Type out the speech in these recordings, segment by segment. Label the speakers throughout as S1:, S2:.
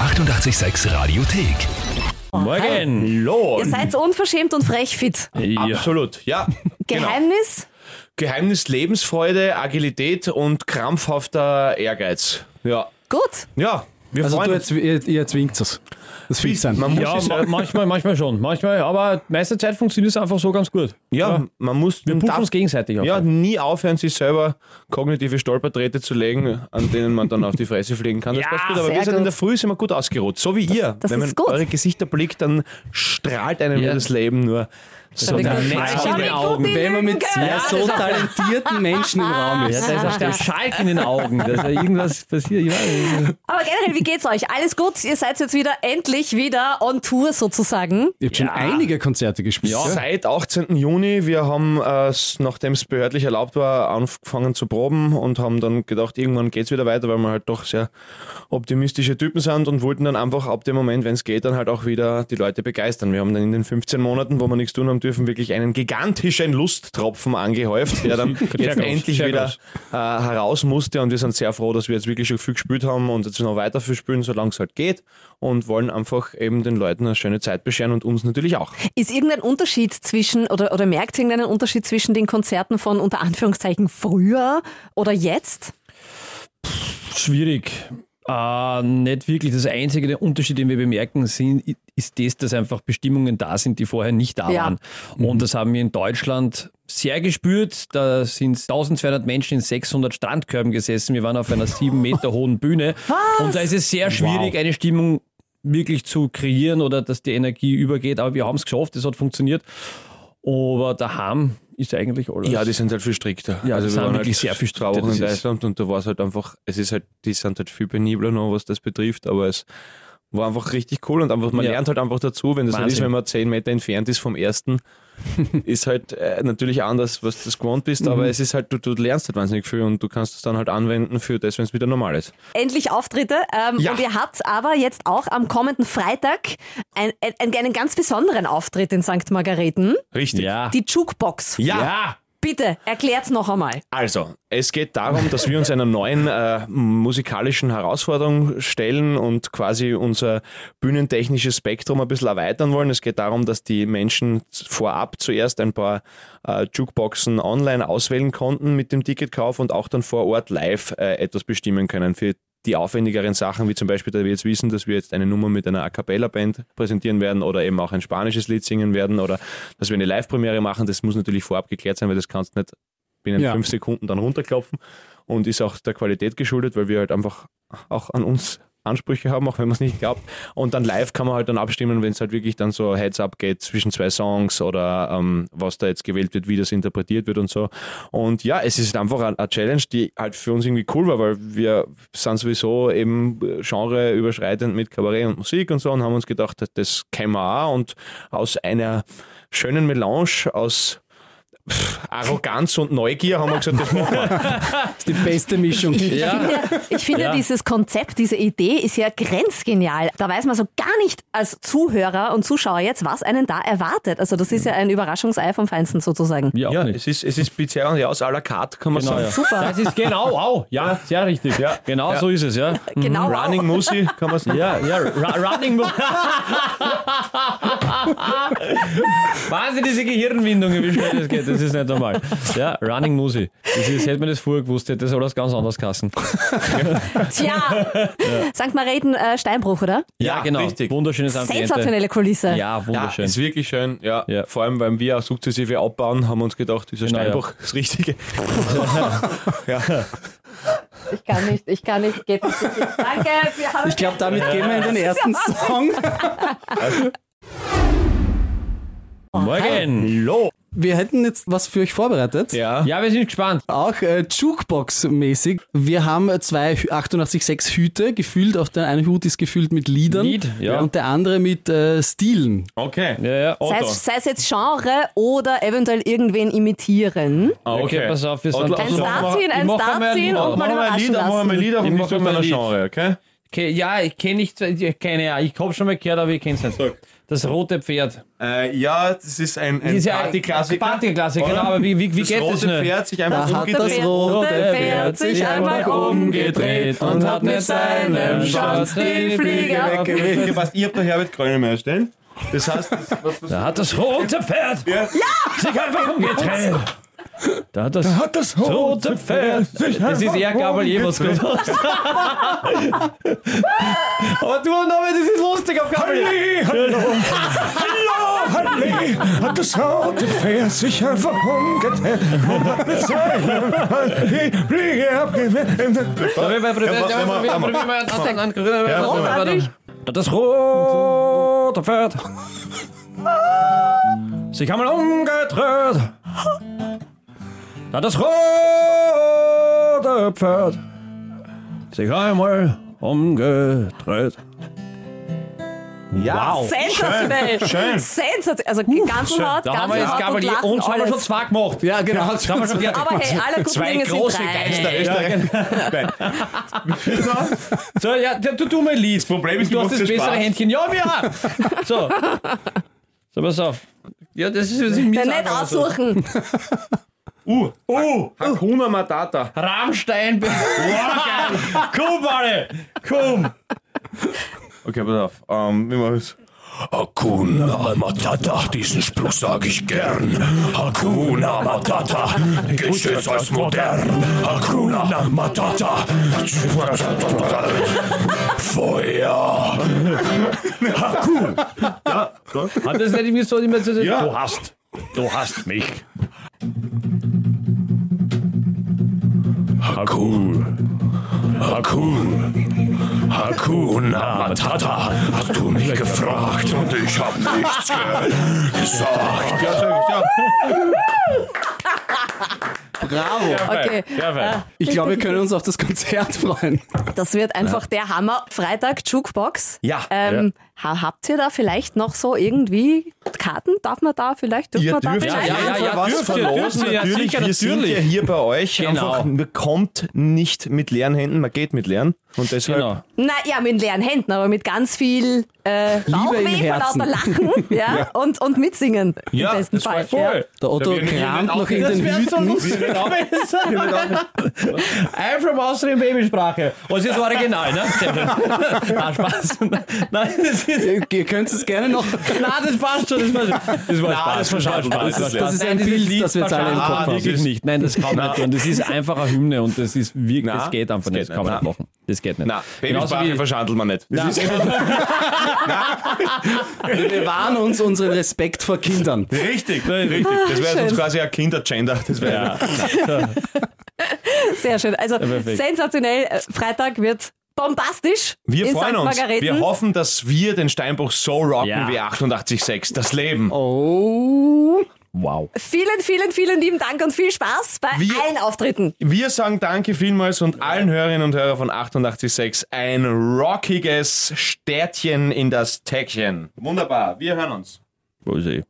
S1: 886 Radiothek.
S2: Morgen.
S3: Hallo.
S2: Ihr seid so unverschämt und frech fit.
S3: Absolut, ja. genau.
S2: Geheimnis?
S3: Geheimnis Lebensfreude, Agilität und krampfhafter Ehrgeiz. Ja.
S2: Gut.
S3: Ja, wir
S4: Also
S3: freuen
S4: du
S3: uns.
S4: erzw ihr, ihr zwingt es. Das viel sein.
S3: Man muss
S5: Ja,
S3: es,
S5: ma manchmal, manchmal schon. Manchmal, aber meiste Zeit funktioniert es einfach so ganz gut.
S3: ja, man muss
S5: Wir
S3: man
S5: pushen
S3: darf-
S5: uns gegenseitig auf.
S3: Ja, nie aufhören, sich selber kognitive Stolperträte zu legen, an denen man dann auf die Fresse fliegen kann. Das
S5: Ja,
S3: passt gut, aber
S2: sehr
S3: wir sind in
S2: gut.
S3: der Früh sind wir gut ausgeruht. So wie ihr.
S2: das
S3: Wenn man
S2: ist gut.
S3: eure Gesichter blickt, dann strahlt einem
S5: Ja.
S3: das Leben nur so
S2: wir
S3: nach
S2: können-
S3: Netz
S2: Schau,
S3: in
S2: wie
S3: die
S2: gut
S3: Augen.
S2: die
S4: Wenn man mit
S2: Lügen
S4: zwei
S2: können.
S4: so talentierten Menschen im Raum
S5: Ja,
S4: ist.
S5: da ist auch der Schalk in den Augen, dass da irgendwas passiert. Ich weiß nicht.
S2: Aber generell, wie geht's euch? Alles gut? Ihr seid jetzt wieder endlich wieder on Tour sozusagen.
S4: Ich habe schon einige Konzerte gespielt. Ja.
S3: Seit 18. Juni, wir haben, äh, s- nachdem es behördlich erlaubt war, angefangen zu proben und haben dann gedacht, irgendwann geht es wieder weiter, weil wir halt doch sehr optimistische Typen sind und wollten dann einfach ab dem Moment, wenn es geht, dann halt auch wieder die Leute begeistern. Wir haben dann in den 15 Monaten, wo wir nichts tun haben dürfen, wirklich einen gigantischen Lusttropfen angehäuft, der dann jetzt
S5: groß,
S3: endlich
S5: sehr
S3: wieder
S5: groß.
S3: äh, heraus musste und wir sind sehr froh, dass wir jetzt wirklich schon viel gespielt haben und jetzt noch weiter viel spielen, solange es halt geht und wollen einfach eben den Leuten eine schöne Zeit bescheren und uns natürlich auch.
S2: Ist irgendein Unterschied zwischen, oder, oder merkt ihr irgendeinen Unterschied zwischen den Konzerten von unter Anführungszeichen früher oder jetzt?
S5: Schwierig. Äh, nicht wirklich. Das einzige der Unterschied, den wir bemerken, sind, ist das, dass einfach Bestimmungen da sind, die vorher nicht da
S2: Ja.
S5: waren.
S3: Mhm.
S5: Und das haben wir in Deutschland sehr gespürt. Da sind 1200 Menschen in 600 Strandkörben gesessen. Wir waren auf einer sieben Meter hohen Bühne. Und da ist es sehr schwierig, eine Stimmung wirklich zu kreieren oder dass die Energie übergeht. Aber wir haben es geschafft, es hat funktioniert. Aber daheim ist eigentlich alles.
S3: Ja, die sind halt viel strikter.
S5: Ja, die
S3: wir
S5: sind
S3: waren
S5: wirklich sehr viel strikter,
S3: drei Wochen
S5: das
S3: in
S5: ist-
S3: Deutschland und da war es halt einfach, es ist halt, die sind halt viel penibler noch, was das betrifft, aber es war einfach richtig cool und einfach, man
S5: Ja.
S3: lernt halt einfach dazu, wenn das halt ist,
S5: Wahnsinn.
S3: wenn man zehn Meter entfernt ist vom ersten, ist halt äh, natürlich anders, was du das gewohnt bist,
S5: Mhm.
S3: aber es ist halt, du, du lernst halt wahnsinnig viel und du kannst es dann halt anwenden für das, wenn es wieder normal ist.
S2: Endlich Auftritte. Ähm,
S3: Ja.
S2: Und ihr habt aber jetzt auch am kommenden Freitag ein, ein, einen ganz besonderen Auftritt in St. Margareten.
S3: Richtig.
S5: Ja.
S2: Die Jukebox.
S3: Ah. Ja.
S2: Bitte, erklärt's noch einmal.
S3: Also, es geht darum, dass wir uns einer neuen äh, musikalischen Herausforderung stellen und quasi unser bühnentechnisches Spektrum ein bisschen erweitern wollen. Es geht darum, dass die Menschen z- vorab zuerst ein paar äh, Jukeboxen online auswählen konnten mit dem Ticketkauf und auch dann vor Ort live äh, etwas bestimmen können für die aufwendigeren Sachen, wie zum Beispiel, da wir jetzt wissen, dass wir jetzt eine Nummer mit einer A Cappella-Band präsentieren werden oder eben auch ein spanisches Lied singen werden oder dass wir eine Live-Premiere machen, das muss natürlich vorab geklärt sein, weil das kannst du nicht binnen
S4: Ja.
S3: fünf Sekunden dann runterklopfen und ist auch der Qualität geschuldet, weil wir halt einfach auch an uns Ansprüche haben, auch wenn man es nicht glaubt. Und dann live kann man halt dann abstimmen, wenn es halt wirklich dann so Heads up geht zwischen zwei Songs oder ähm, was da jetzt gewählt wird, wie das interpretiert wird und so. Und ja, es ist einfach eine Challenge, die halt für uns irgendwie cool war, weil wir sind sowieso eben genreüberschreitend mit Kabarett und Musik und so und haben uns gedacht, das kennen wir auch und aus einer schönen Melange aus pff, Arroganz und Neugier haben wir gesagt, das machen wir.
S4: Das ist die beste Mischung.
S2: finde, ich finde dieses Konzept, diese Idee ist ja grenzgenial. Da weiß man so gar nicht als Zuhörer und Zuschauer jetzt, was einen da erwartet. Also das ist ja ein Überraschungsei vom Feinsten sozusagen.
S5: Wir auch
S3: Ja,
S5: nicht.
S3: es ist, es ist Pizzeria und Jaus à la carte, kann man
S5: Genau,
S3: sagen.
S5: ja. Das ist genau, au, ja, sehr richtig. Ja. Genau so ist es, ja.
S2: Genau.
S3: Mhm. Running Musi, kann man sagen.
S5: Ja, ja, Ru- Running Mo- Wahnsinn, diese Gehirnwindungen, wie schnell das geht, das ist nicht normal. Ja, Running Musi. Das ist, hätte man das vorher gewusst, hätte das alles ganz anders kassen.
S2: Tja, St. Mareten äh, Steinbruch, oder?
S3: Ja, richtig.
S5: genau. Wunderschönes Ambiente.
S2: Sensationelle Kulisse.
S5: Ja,
S3: Ja,
S5: wunderschön.
S3: ist wirklich schön. Ja.
S5: Ja.
S3: Vor allem, weil wir auch sukzessive abbauen, haben wir uns gedacht, dieser
S5: Genau, ja.
S3: Steinbruch ist das Richtige.
S2: Ich kann nicht, ich kann nicht, geht nicht. Danke, wir haben
S4: Ich glaube, damit gehen wir in den ersten Song.
S5: Morgen.
S3: Hallo.
S4: Wir hätten jetzt was für euch vorbereitet.
S3: Ja.
S5: Ja, wir sind gespannt.
S4: Auch äh, Jukebox-mäßig. Wir haben äh, zwei Hü- 886 Hüte gefüllt. Auf der einen Hut ist gefüllt mit Liedern
S5: Lied, ja.
S4: und der andere mit äh, Stilen.
S3: Okay.
S5: Ja, ja.
S2: Sei es, sei es jetzt Genre oder eventuell irgendwen imitieren.
S3: Ah, okay. also,
S5: Okay, pass auf, wir sind-
S3: Und-
S5: Ein
S3: und-
S2: Starziehen,
S3: ich
S2: ein
S3: mach einmal-
S2: Starziehen
S3: ich mach
S2: und mal
S3: einmal ein
S2: überraschen
S3: Lied, und mach einmal ein
S2: lassen.
S3: Lied, aber
S5: Ich
S3: nicht
S5: mach
S3: mit
S5: einmal
S3: meiner
S5: ein Lied.
S3: Genre, okay?
S5: Ke- Ja, ich kenne nicht, ich- keine Ahnung. Ich habe schon mal gehört, aber ich kenne es nicht.
S3: Sag.
S5: Das rote Pferd.
S3: Äh, ja, das ist ein, ein
S5: Ist ja ein
S3: Partyklassiker.
S5: Partyklassiker, genau, aber wie- wie- wie
S3: das
S5: geht das
S3: rote
S5: nur?
S3: Pferd sich einfach
S4: Da hat
S3: umgedreht.
S4: das rote Pferd sich einmal umgedreht und hat mit seinem Schwanz
S2: die Flieger
S3: Okay, okay, passt. Ich hab da Herbert Grönemeyer stehen. Das heißt, das, was, was,
S5: Da hat das rote Pferd
S3: ja.
S5: sich einfach umgedreht. Da hat das, rote Pferd. Das ist eher Gabalier, was gut hast. Aber du, Norbert, das ist lustig auf Gabalier.
S6: hat das rote Pferd sich einfach umgedreht und hat mit seinem die Fliege abgewehrt.
S2: Großartig.
S5: Das rote Pferd. Sich einmal umgedreht. Das rote Pferd. Sich einmal umgedreht. Wow.
S2: Sensationell.
S3: Schön.
S2: Sensationell. Also die Ganselhaut,
S5: Da haben wir jetzt
S2: Ganselhaut und
S5: Gabalier
S2: Lachen,
S5: und haben wir schon
S2: alles.
S5: zwei gemacht.
S4: Ja, genau. hat's schon gesagt.
S2: Aber hey, alle guten
S5: Zwei
S2: Dinge sind
S5: große
S2: drei.
S5: Geister.
S3: Nein.
S5: So, ja, du tu mein Lied. Das
S3: Problem ist,
S5: du
S3: mir
S5: hast
S3: macht's
S5: das
S3: ja
S5: bessere
S3: Spaß.
S5: Händchen. Ja, wir haben. So. So, pass auf. Ja, das ist, also. was ich mir
S2: Dann
S5: sage,
S2: nicht
S5: aber so.
S2: aussuchen.
S3: Uh, uh, Hakuna Matata.
S5: Rammstein. Wow, Komm, alle. Komm.
S3: Okay, pass auf. Ähm, wie machen wir's?
S1: Hakuna Matata, diesen Spruch sag ich gern. Hakuna Matata, gilt stets als modern. Hakuna Matata, Feuer.
S5: Hat das nicht irgendwie so immer so.
S3: Ja.
S5: Du hast. Du hast mich.
S1: Hakun. Hakun. Hakuna Matata, hast du mich gefragt und ich hab nichts ge- gesagt.
S3: Ja, sag ich, ja.
S4: Bravo.
S2: Okay.
S4: Ich glaube, wir können uns auf das Konzert freuen.
S2: Das wird einfach der Hammer. Freitag Jukebox.
S5: Ja.
S2: Ähm, ha- Habt ihr da vielleicht noch so irgendwie Karten? Darf man da vielleicht? Dürfen
S3: Ihr
S2: wir da
S3: dürft
S2: vielleicht?
S5: ja, ja,
S3: auf
S5: ja,
S3: jeden Fall was
S5: dürft ihr,
S3: verlosen,
S5: dürft ihr, ja,
S3: natürlich.
S5: sicher,
S3: wir sind
S5: natürlich.
S3: ja hier bei euch.
S5: Genau.
S3: Einfach, man kommt nicht mit leeren Händen, man geht mit leeren. Und deshalb
S5: Genau.
S2: Na ja, mit leeren Händen, aber mit ganz viel äh,
S4: im
S2: Bauchweh von
S4: Herzen.
S2: lauter Lachen ja, Und, und mitsingen
S3: Ja,
S2: im besten
S3: das
S2: Fall.
S3: war
S2: Ja.
S4: Der Otto kramt noch in den Hüten.
S5: I'm from Austrian Babysprache. Und es ist original, ne? Na, Spaß. Nein, das ist.
S4: Ihr könnt es gerne noch.
S5: Nein, das passt schon. Das war, das war Spaß.
S3: das war
S5: war
S3: Spaß, das ist-
S4: das ist ein
S5: dieses
S4: Bild, das wir jetzt alle im
S5: verstanden
S4: Kopf haben.
S5: Ah, Wirklich nicht. Nein, das kann man nicht. Und das ist einfach eine Hymne und das ist wirklich,
S3: Nein,
S5: das geht einfach
S3: das
S5: nicht.
S3: geht
S5: Das kann man
S3: nicht.
S5: nicht machen. Das geht nicht.
S3: Na,
S5: Genauso wie-
S3: Babysprache verschandelt man nicht. Das ist
S4: Wir bewahren uns unseren Respekt vor Kindern.
S3: richtig, richtig. Das
S2: Ah,
S3: wäre jetzt uns quasi ein Kindergender. Das wäre ja.
S2: Sehr schön. Also
S5: perfekt.
S2: sensationell. Äh, Freitag wird bombastisch.
S3: Wir
S2: in
S3: freuen
S2: St.
S3: uns.
S2: Margareten.
S3: Wir hoffen, dass wir den Steinbruch so rocken
S5: Ja.
S3: wie 88,6. Das Leben.
S4: Oh.
S5: Wow.
S2: vielen, vielen, vielen lieben Dank und viel Spaß bei
S3: Wir-
S2: allen Auftritten.
S3: Wir sagen danke vielmals und allen Hörerinnen und Hörern von 88,6 ein rockiges Städtchen in das Täckchen. Wunderbar, wir hören uns.
S5: Wo ist er?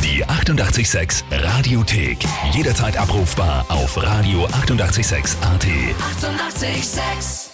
S1: Die 886 Radiothek. Jederzeit abrufbar auf radio886.at. 886! 886.
S7: 886